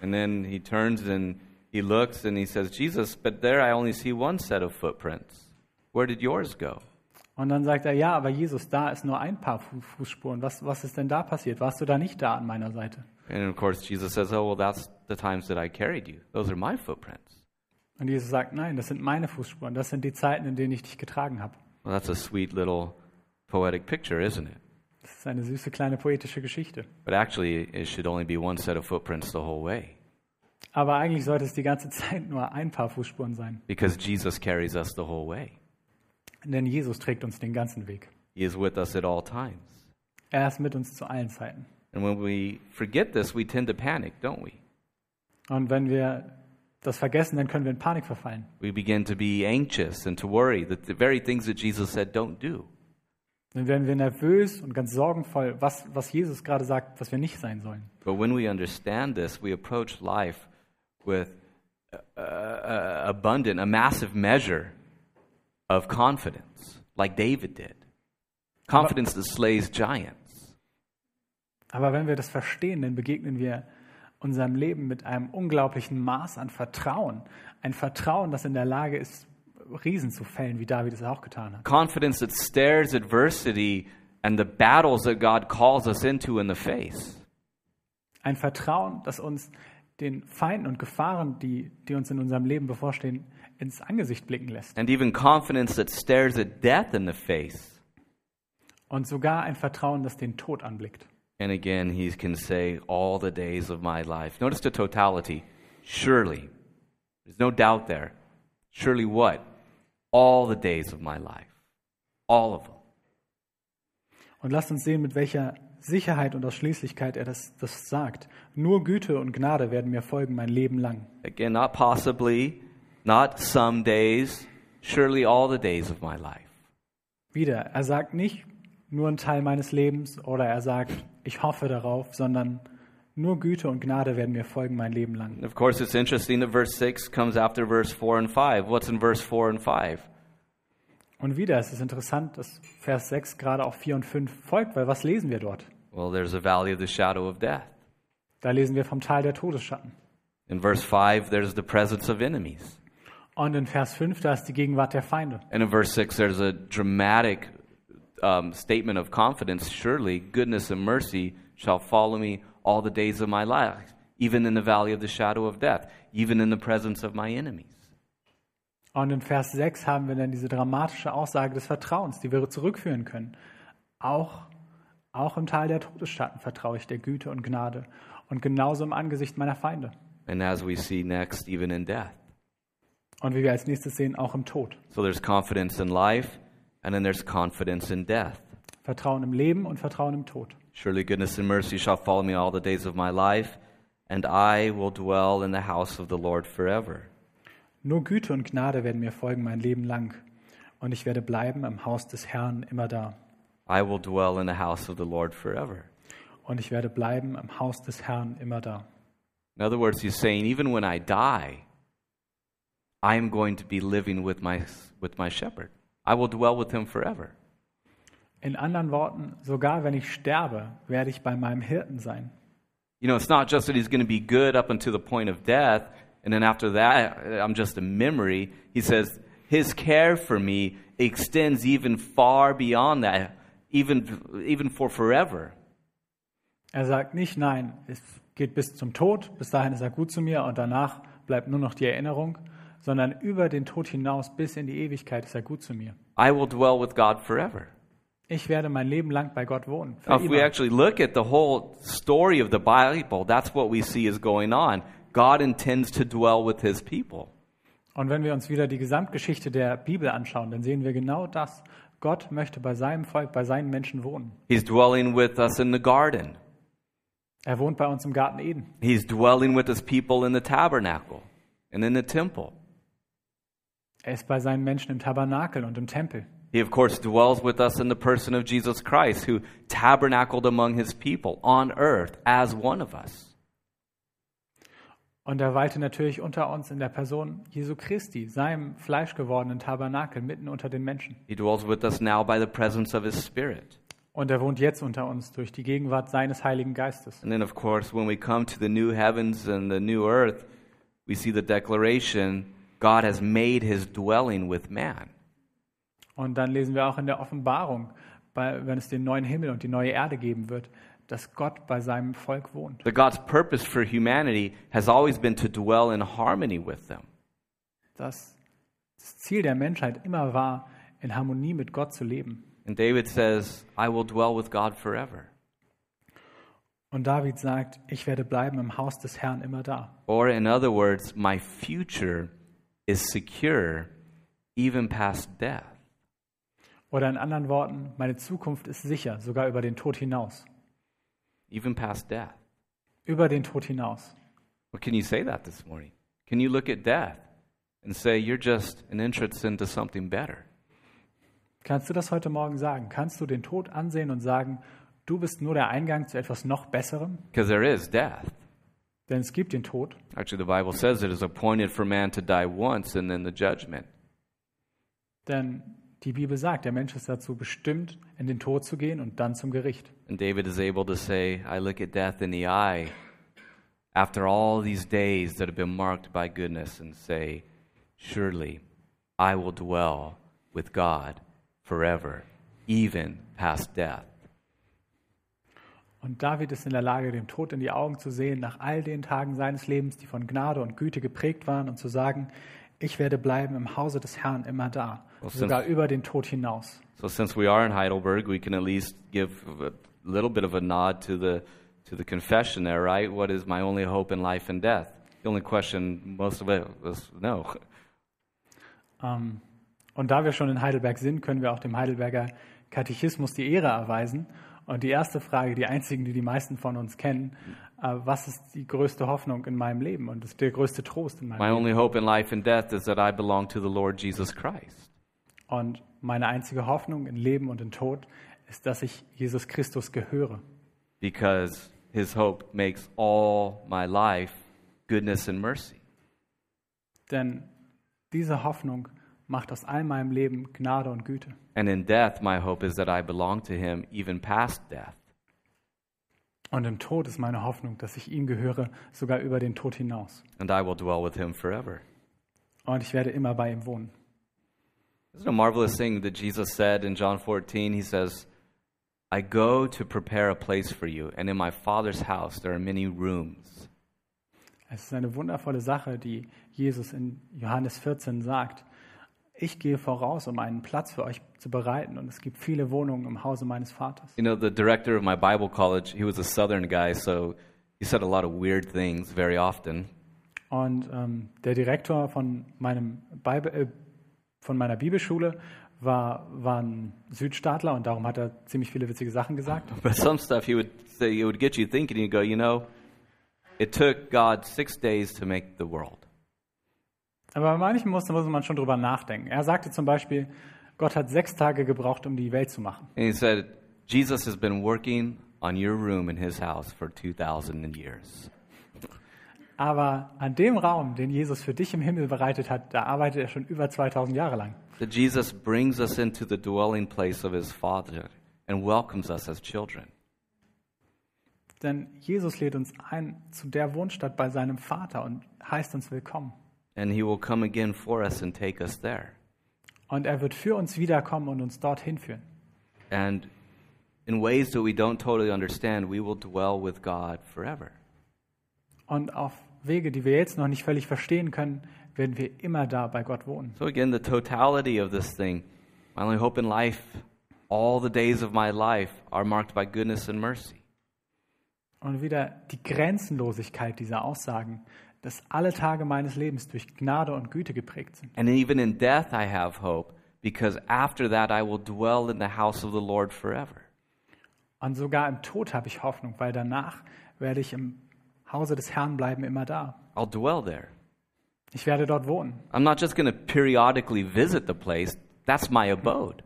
A: And then he turns and he looks and he says, Jesus, but there I only see one set of footprints. Where did yours go?
B: Und dann sagt er, ja, aber Jesus, da ist nur ein paar Fu- Fußspuren. Was, was ist denn da passiert? Warst du da nicht da an meiner Seite?
A: And of course, Jesus says, Oh, well, that's the times that I carried you. Those are my footprints.
B: Und Jesus sagt, nein, das sind meine Fußspuren. Das sind die Zeiten, in denen ich dich getragen habe.
A: Well, that's a sweet little poetic picture, isn't it?
B: Das ist eine süße kleine poetische Geschichte.
A: But actually, it should only be one set of footprints the whole way
B: Aber eigentlich sollte es die ganze Zeit nur ein paar Fußspuren sein.
A: because Jesus carries us the whole way.
B: Denn Jesus trägt uns den ganzen Weg.
A: He is with us at all times.
B: Er ist mit uns zu allen Zeiten.
A: And when we forget this, we tend to panic, don't we?
B: Und wenn wir das vergessen, dann können wir in Panik verfallen.
A: We begin to be anxious and to worry that the very things that Jesus said don't do.
B: Dann werden wir nervös und ganz sorgenvoll, was, was Jesus gerade sagt, was wir nicht sein sollen.
A: But when we understand this, we approach life with uh, uh, abundant, a massive measure of confidence, like David did. Confidence that slays giants.
B: Aber wenn wir das verstehen, dann begegnen wir unserem Leben mit einem unglaublichen Maß an Vertrauen. Ein Vertrauen, das in der Lage ist, Riesen zu fällen, wie David es auch getan hat.
A: Confidence that stares adversity and the battles that God calls us into in the face.
B: Ein Vertrauen, das uns den Feinden und Gefahren, die, die uns in unserem Leben bevorstehen, ins Angesicht blicken lässt.
A: And even confidence that stares at death in the face.
B: Und sogar ein Vertrauen, das den Tod anblickt.
A: And again, he can say, All the days of my life. Notice the totality. Surely. There's no doubt there. Surely what? All the days of my life. All of them.
B: Und lasst uns sehen, mit welcher Sicherheit und Ausschließlichkeit er das, das sagt. Nur Güte und Gnade werden mir folgen mein Leben lang.
A: Again, not possibly, not some days. Surely all the days of my life.
B: Wieder, er sagt nicht nur ein Teil meines Lebens oder er sagt, ich hoffe darauf, sondern nur Güte und Gnade werden mir folgen mein Leben lang.
A: And of course, it's interesting that verse 6 comes after verse 4 and 5. What's in verse 4 and 5?
B: Und wieder es ist es interessant, dass Vers 6 gerade auch 4 und 5 folgt, weil was lesen wir dort?
A: Well, there's a valley of the shadow of death.
B: Da lesen wir vom Tal der Todesschatten.
A: In verse 5, there's the presence of enemies.
B: Und in Vers 5, da ist die Gegenwart der Feinde.
A: And in verse 6, there's a dramatic um, statement of confidence. Surely goodness and mercy shall follow me all the days of my life, even in the valley of the shadow of death, even in the presence of my enemies.
B: Und in Vers 6 haben wir dann diese dramatische Aussage des Vertrauens, die wir zurückführen können. Auch, auch im Tal der Todesschatten vertraue ich der Güte und Gnade und genauso im Angesicht meiner Feinde.
A: And as we see next, even in death.
B: Und wie wir als nächstes sehen, auch im Tod.
A: So there's confidence in life, and then there's confidence in death.
B: Vertrauen im Leben und Vertrauen im Tod.
A: Surely goodness and mercy shall follow me all the days of my life, and I will dwell in the house of the Lord forever.
B: Nur Güte und Gnade werden mir folgen mein Leben lang. Und ich werde bleiben im Haus des Herrn immer da.
A: I will dwell in the house of the Lord forever.
B: und ich werde bleiben im Haus des Herrn immer da.
A: In other words, he's saying, even when I die, I am going to be living with my, with my shepherd. I will dwell with him forever.
B: In anderen Worten, sogar wenn ich sterbe, werde ich bei meinem Hirten sein.
A: You know, it's not just that he's going to be good up until the point of death, and then after that, I'm just a memory. He says, his care for me extends even far beyond that, even, even for forever.
B: Er sagt nicht, nein, es geht bis zum Tod, bis dahin ist er gut zu mir und danach bleibt nur noch die Erinnerung, sondern über den Tod hinaus bis in die Ewigkeit ist er gut zu mir.
A: I will dwell with God forever.
B: Ich werde mein Leben lang bei Gott wohnen. für
A: Now, if we
B: immer.
A: actually look at the whole story of the Bible, that's what we see is going on. God intends to dwell with his people.
B: Und wenn wir uns wieder die Gesamtgeschichte der Bibel anschauen, dann sehen wir genau das. Gott möchte bei seinem Volk, bei seinen Menschen wohnen.
A: He's dwelling with us in the garden,
B: Er wohnt bei uns im Garten Eden.
A: he's dwelling with his people in the tabernacle and in the temple.
B: Er ist bei seinen Menschen im Tabernakel und im Tempel.
A: He, of course, dwells with us in the person of Jesus Christ, who tabernacled among his people on earth as one of us.
B: Und er weilte natürlich unter uns in der Person Jesu Christi, seinem fleischgewordenen Tabernakel mitten unter den Menschen.
A: He dwells with us now by the presence of his Spirit.
B: Und er wohnt jetzt unter uns durch die Gegenwart seines Heiligen Geistes.
A: And then, of course, when we come to the new heavens and the new earth, we see the declaration God has made his dwelling with man.
B: Und dann lesen wir auch in der Offenbarung, bei, wenn es den neuen Himmel und die neue Erde geben wird, dass Gott bei seinem Volk wohnt.
A: That God's purpose for humanity has always been to dwell in harmony with them.
B: Dass das Ziel der Menschheit immer war, in Harmonie mit Gott zu leben.
A: And David says, I will dwell with God forever.
B: Und David sagt, ich werde bleiben im Haus des Herrn immer da.
A: Or, in other words, my future is secure even past death.
B: Oder in anderen Worten, meine Zukunft ist sicher, sogar über den Tod hinaus.
A: Even past death.
B: Über den Tod hinaus.
A: Well, can you say that this morning? Can you look at death and say, you're just an entrance into something better?
B: Kannst du das heute Morgen sagen? Kannst du den Tod ansehen und sagen, du bist nur der Eingang zu etwas noch Besserem?
A: Because there is death.
B: Denn es gibt den Tod.
A: Actually, the Bible says it is appointed for man to die once and then the judgment.
B: Denn die Bibel sagt, der Mensch ist dazu bestimmt, in den Tod zu gehen und dann zum Gericht.
A: And David is able to say, I look at death in the eye after all these days that have been marked by goodness and say, Surely I will dwell with God forever, even past death.
B: Und David ist in der Lage, dem Tod in die Augen zu sehen, nach all den Tagen seines Lebens, die von Gnade und Güte geprägt waren, und zu sagen, ich werde bleiben im Hause des Herrn immer da,
A: Was
B: sogar
A: denn?
B: über den Tod hinaus.
A: So, since we are in Heidelberg, we can at least give a little bit of a nod to the, to the confession there, right? What is my only hope in life and death? The only question most of us know.
B: Ähm, und da wir schon in Heidelberg sind, können wir auch dem Heidelberger Katechismus die Ehre erweisen. Und die erste Frage, die einzigen, die die meisten von uns kennen, äh, was ist die größte Hoffnung in meinem Leben und ist der größte Trost in meinem
A: My
B: Leben?
A: only hope in life and death is that I belong to the Lord Jesus Christ.
B: Und meine einzige Hoffnung in Leben und in Tod ist, dass ich Jesus Christus gehöre,
A: because his hope makes all my life goodness and mercy.
B: denn diese Hoffnung macht aus all meinem Leben Gnade und Güte.
A: And in death, my hope is that I belong to him even past death.
B: Und im Tod ist meine Hoffnung, dass ich ihm gehöre, sogar über den Tod hinaus.
A: And I will dwell with him forever.
B: Und ich werde immer bei ihm wohnen.
A: Isn't it a marvelous thing that Jesus said in John 14? He says, I go to prepare a place for you, and in my Father's house there are many rooms.
B: Es ist eine wundervolle Sache, die Jesus in Johannes 14 sagt. Ich gehe voraus, um einen Platz für euch zu bereiten, und es gibt viele Wohnungen im Hause meines Vaters.
A: You know, the director of my Bible college, he was a southern guy, so he said a lot of weird things very often.
B: Und ähm, der Direktor von, meinem Bibel, äh, von meiner Bibelschule war, war ein Südstaatler und darum hat er ziemlich viele witzige Sachen gesagt.
A: But some stuff he would say it would get you thinking. You go, you know, it took God six days to make the world.
B: Aber bei manchen muss, muss man schon drüber nachdenken. Er sagte zum Beispiel, Gott hat sechs Tage gebraucht, um die Welt zu machen.
A: And he said, Jesus has been working on your room in his house for 2,000 years.
B: Aber an dem Raum, den Jesus für dich im Himmel bereitet hat, da arbeitet er schon über 2000 Jahre lang.
A: That Jesus brings us into the dwelling place of his Father and welcomes us as children.
B: Denn Jesus lädt uns ein zu der Wohnstadt bei seinem Vater und heißt uns willkommen.
A: And he will come again for us and take us there.
B: Und er wird für uns wiederkommen und uns dorthin führen.
A: And in ways that we don't totally understand, we will dwell with God forever.
B: Und auf Wege, die wir jetzt noch nicht völlig verstehen können, werden wir immer da bei Gott wohnen.
A: So, again, the totality of this thing, my only hope in life, all the days of my life are marked by goodness and mercy.
B: Und wieder die Grenzenlosigkeit dieser Aussagen, dass alle Tage meines Lebens durch Gnade und Güte geprägt sind.
A: And even in death, I have hope, because after that, I will dwell in the house of the Lord forever.
B: Und sogar im Tod habe ich Hoffnung, weil danach werde ich im Hause des Herrn bleiben immer da.
A: I'll dwell there.
B: Ich werde dort wohnen.
A: I'm not just going to periodically visit the place, that's my abode.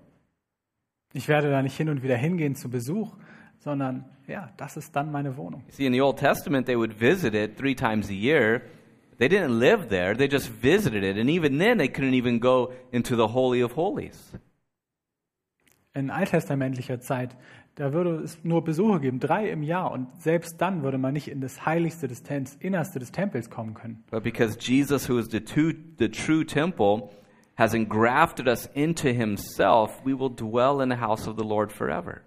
B: Ich werde da nicht hin und wieder hingehen zu Besuch, sondern ja, das ist dann meine Wohnung.
A: You see, in the Old Testament, they would visit it three times a year. They didn't live there, they just visited it. And even then, they couldn't even go into the Holy of Holies.
B: In alttestamentlicher Zeit, da würde es nur Besuche geben, drei im Jahr. Und selbst dann würde man nicht in das Heiligste des Tempels, Innerste des Tempels kommen können.
A: But because Jesus, who is the, two, the true temple, has engrafted us into himself, we will dwell in the house of the Lord forever.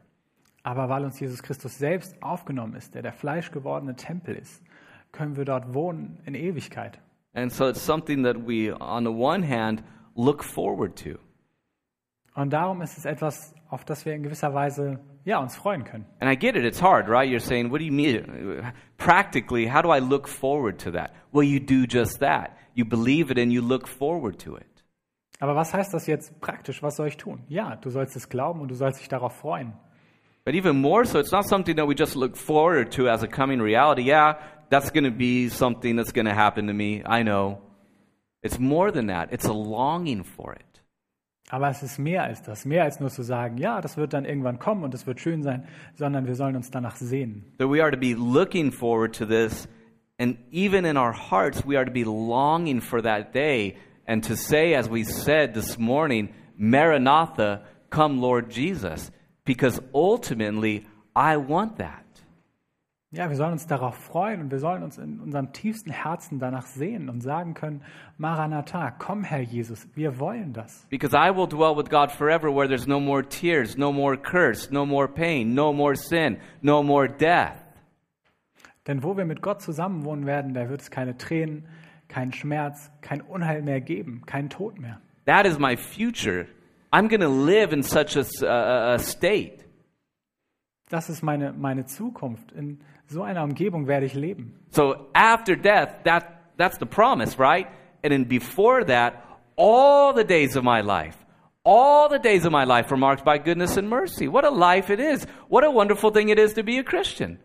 B: Aber weil uns Jesus Christus selbst aufgenommen ist, der der fleischgewordene Tempel ist, können wir dort wohnen in Ewigkeit.
A: And so it's something that we, on the one hand, look forward to.
B: Und darum ist es etwas, auf das wir in gewisser Weise ja, uns freuen können.
A: And I get it, it's hard, right? You're saying, what do you mean? Practically, how do I look forward to that? Well, you do just that. You believe it and you look forward to it.
B: Aber was heißt das jetzt praktisch? Was soll ich tun? Ja, du sollst es glauben und du sollst dich darauf freuen.
A: But even more so, it's not something that we just look forward to as a coming reality. Yeah, that's going to be something that's going to happen to me. I know. It's more than that, it's a longing for it.
B: Aber es ist mehr als das, mehr als nur zu sagen, ja, das wird dann irgendwann kommen und es wird schön sein, sondern wir sollen uns danach sehnen.
A: That we are to be looking forward to this, and even in our hearts, we are to be longing for that day, and to say, as we said this morning, Maranatha, come Lord Jesus, because ultimately, I want that.
B: Ja, wir sollen uns darauf freuen und wir sollen uns in unserem tiefsten Herzen danach sehnen und sagen können, Maranatha, komm Herr Jesus, wir wollen das.
A: Because I will dwell with God forever where there's no more tears, no more curse, no more pain, no more sin, no more death.
B: Denn wo wir mit Gott zusammenwohnen werden, da wird es keine Tränen, keinen Schmerz, kein Unheil mehr geben, keinen Tod mehr.
A: That is my future. I'm going to live in such a, s- a- a state.
B: Das ist meine, meine Zukunft. In so einer Umgebung werde ich leben.
A: So after death, that, that's the promise, right? And then before that, all the days of my life, all the days of my life are marked by goodness and mercy. What a life it is. What a wonderful thing it is to be a Christian.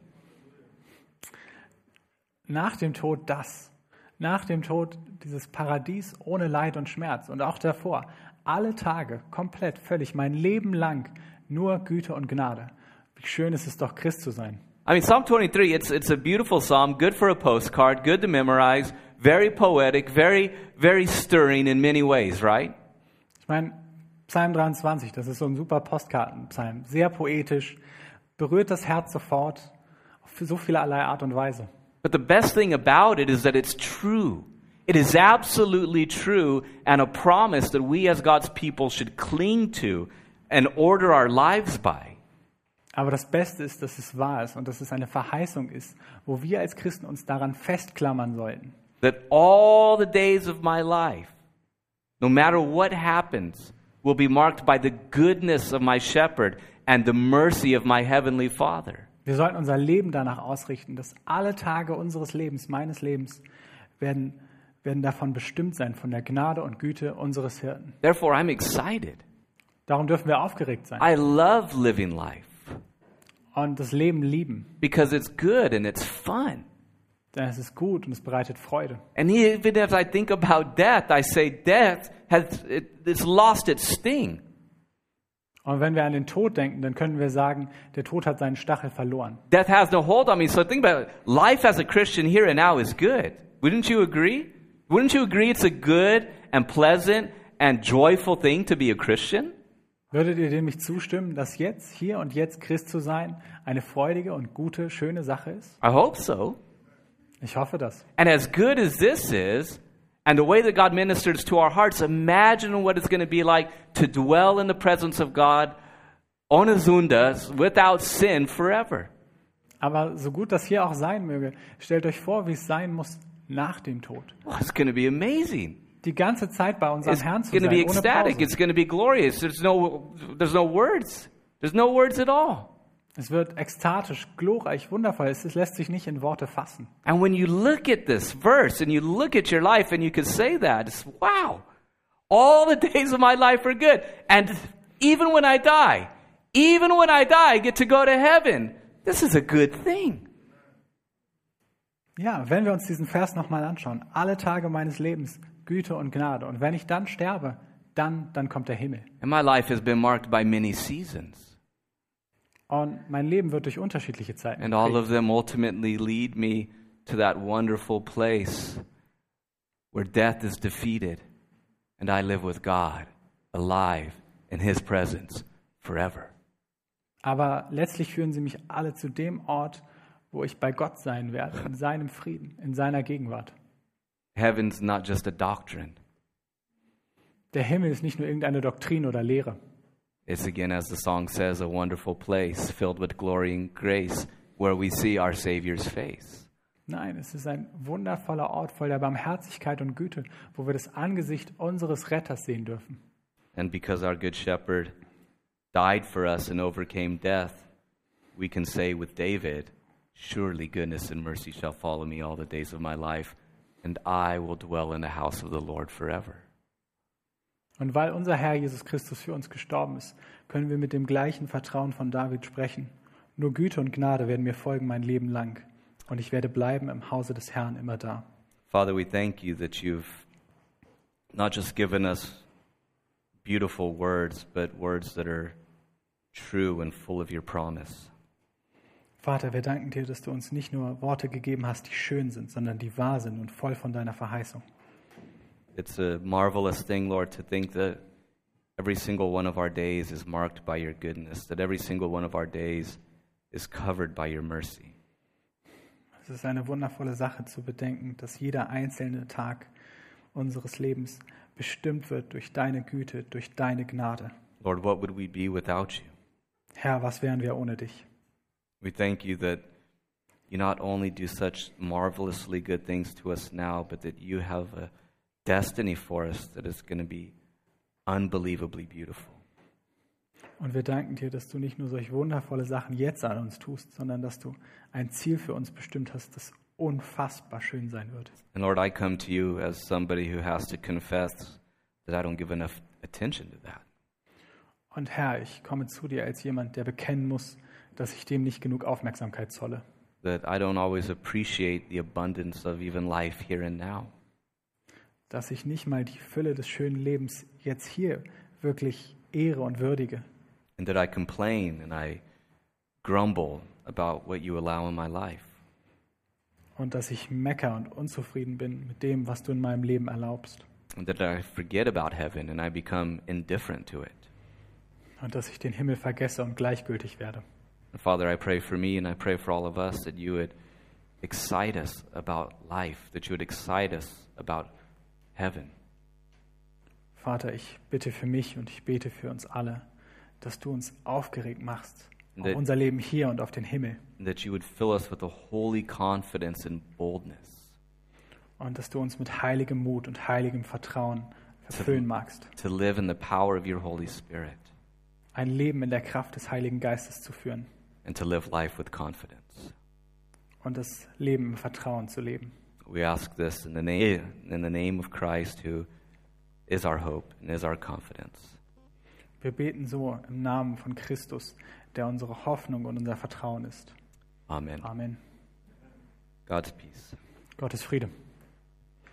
B: nach dem Tod das. Nach dem Tod dieses Paradies ohne Leid und Schmerz und auch davor. Alle Tage, komplett, völlig, mein Leben lang, nur Güte und Gnade. Wie schön ist es doch, Christ zu sein.
A: I mean, Psalm 23, it's, it's a beautiful psalm, good for a postcard, good to memorize, very poetic, very, very stirring in many ways, right?
B: Ich meine, Psalm 23, das ist so ein super Postkartenpsalm, sehr poetisch, berührt das Herz sofort, auf so vielerlei Art und Weise.
A: But the best thing about it is that it's true. It is absolutely true and a promise that we as God's people should cling to and order our lives by.
B: Aber das Beste ist, dass es wahr ist und dass es eine Verheißung ist, wo wir als Christen uns daran festklammern sollten.
A: That all the days of my life, no matter what happens, will be marked by the goodness of my shepherd and the mercy of my heavenly Father.
B: Wir sollten unser Leben danach ausrichten, dass alle Tage unseres Lebens, meines Lebens, werden, werden davon bestimmt sein, von der Gnade und Güte unseres Hirten.
A: Therefore, I'm excited.
B: Darum dürfen wir aufgeregt sein
A: I love living life
B: und das Leben lieben,
A: because it's good and it's fun.
B: denn es ist gut und es bereitet Freude.
A: And even as I think about death, I say death has it, it's lost its sting.
B: Und wenn wir an den Tod denken, dann können wir sagen, der Tod hat seinen Stachel verloren.
A: Death has no hold on me. So think about it. life as a Christian here and now is good. Wouldn't you agree? Wouldn't you agree it's a good and pleasant and joyful thing to be a Christian?
B: Würdet ihr dem nicht zustimmen, dass jetzt, hier und jetzt Christ zu sein, eine freudige und gute, schöne Sache ist?
A: I hope so.
B: Ich hoffe das.
A: And as good as this is, and the way that God ministers to our hearts, imagine what it's going to be like to dwell in the presence of God on Azundas without sin forever.
B: Aber so gut das hier auch sein möge, stellt euch vor, wie es sein muss nach dem Tod.
A: Well, it's going to be amazing.
B: Die ganze Zeit bei unserem
A: It's
B: Herrn zu
A: going to
B: sein,
A: be
B: ohne
A: ecstatic.
B: Pause.
A: It's going to be glorious. There's no, there's no words. There's no words at all.
B: Es wird ekstatisch, glorreich, wundervoll. Es ist- lässt sich nicht in Worte fassen.
A: And when you look at this verse and you look at your life and you can say that, it's wow, all the days of my life are good. And even when I die, even when I die, I get to go to heaven. This is a good thing.
B: Ja, wenn wir uns diesen Vers nochmal anschauen. Alle Tage meines Lebens, Güte und Gnade. Und wenn ich dann sterbe, dann, dann kommt der Himmel.
A: And my life has been marked by many seasons.
B: Und mein Leben wird durch unterschiedliche Zeiten.
A: And all
B: geprägt.
A: of them ultimately lead me to that wonderful place where death is defeated and I live with God, alive in His presence forever.
B: Aber letztlich führen sie mich alle zu dem Ort, wo ich bei Gott sein werde, in seinem Frieden, in seiner Gegenwart.
A: Heaven's not just a doctrine,
B: Der Himmel ist nicht nur irgendeine Doktrin oder Lehre.
A: it's again, as the song says, a wonderful place filled with glory and grace where we see our Savior's face.
B: Nein, es ist ein wundervoller Ort voll der Barmherzigkeit und Güte, wo wir das Angesicht unseres Retters sehen dürfen.
A: And because our Good Shepherd died for us and overcame death, we can say with David, Surely goodness and mercy shall follow me all the days of my life, and I will dwell in the house of the Lord forever.
B: Und weil unser Herr Jesus Christus für uns gestorben ist, können wir mit dem gleichen Vertrauen von David sprechen. Nur Güte und Gnade werden mir folgen mein Leben lang, und ich werde bleiben im Hause des Herrn immer da.
A: Father, we thank you that you've not just given us beautiful words, but words that are true and full of your promise.
B: Vater, wir danken dir, dass du uns nicht nur Worte gegeben hast, die schön sind, sondern die wahr sind und voll von deiner Verheißung.
A: It's a marvelous thing, Lord, to think that every single one of our days is marked by your goodness, that every single one of our days is covered by your mercy.
B: Es ist eine wundervolle Sache zu bedenken, dass jeder einzelne Tag unseres Lebens bestimmt wird durch deine Güte, durch deine Gnade.
A: Lord, what would we be without you?
B: Herr, was wären wir ohne dich?
A: We thank you that you not only do such marvelously good things to us now, but that you have a destiny for us that is going to be unbelievably beautiful.
B: Und wir danken dir, dass du nicht nur solch wundervolle Sachen jetzt an uns tust, sondern dass du ein Ziel für uns bestimmt hast, das unfassbar schön sein wird.
A: And Lord, I come to you as somebody who has to confess that I don't give enough attention to that.
B: Und Herr, ich komme zu dir als jemand, der bekennen muss, dass ich dem nicht genug Aufmerksamkeit zolle.
A: that I don't always appreciate the abundance of even life here and now.
B: dass ich nicht mal die Fülle des schönen Lebens jetzt hier wirklich ehre und würdige
A: And that I complain and I grumble about what you allow in my life.
B: und dass ich mecker und unzufrieden bin mit dem, was du in meinem Leben erlaubst
A: And that I forget about heaven and I become indifferent to it.
B: und dass ich den Himmel vergesse und gleichgültig werde.
A: And Father, I pray for me and I pray for all of us that you would excite us about life, that you would excite us about heaven.
B: Vater, ich bitte für mich und ich bete für uns alle, dass du uns aufgeregt machst auf
A: Nee.
B: unser Leben hier und auf den Himmel
A: And that you would fill us with a holy confidence and boldness
B: und dass du uns mit heiligem Mut und heiligem Vertrauen erfüllen magst,
A: to live in the power of your Holy Spirit
B: ein Leben in der Kraft des Heiligen Geistes zu führen
A: and to live life with confidence.
B: und das Leben im Vertrauen zu leben.
A: We ask this in the name in the name of Christ who is our hope and is our confidence.
B: Wir beten so im Namen von Christus, der unsere Hoffnung und unser Vertrauen ist.
A: Amen.
B: Amen.
A: God's peace.
B: Gottes Friede.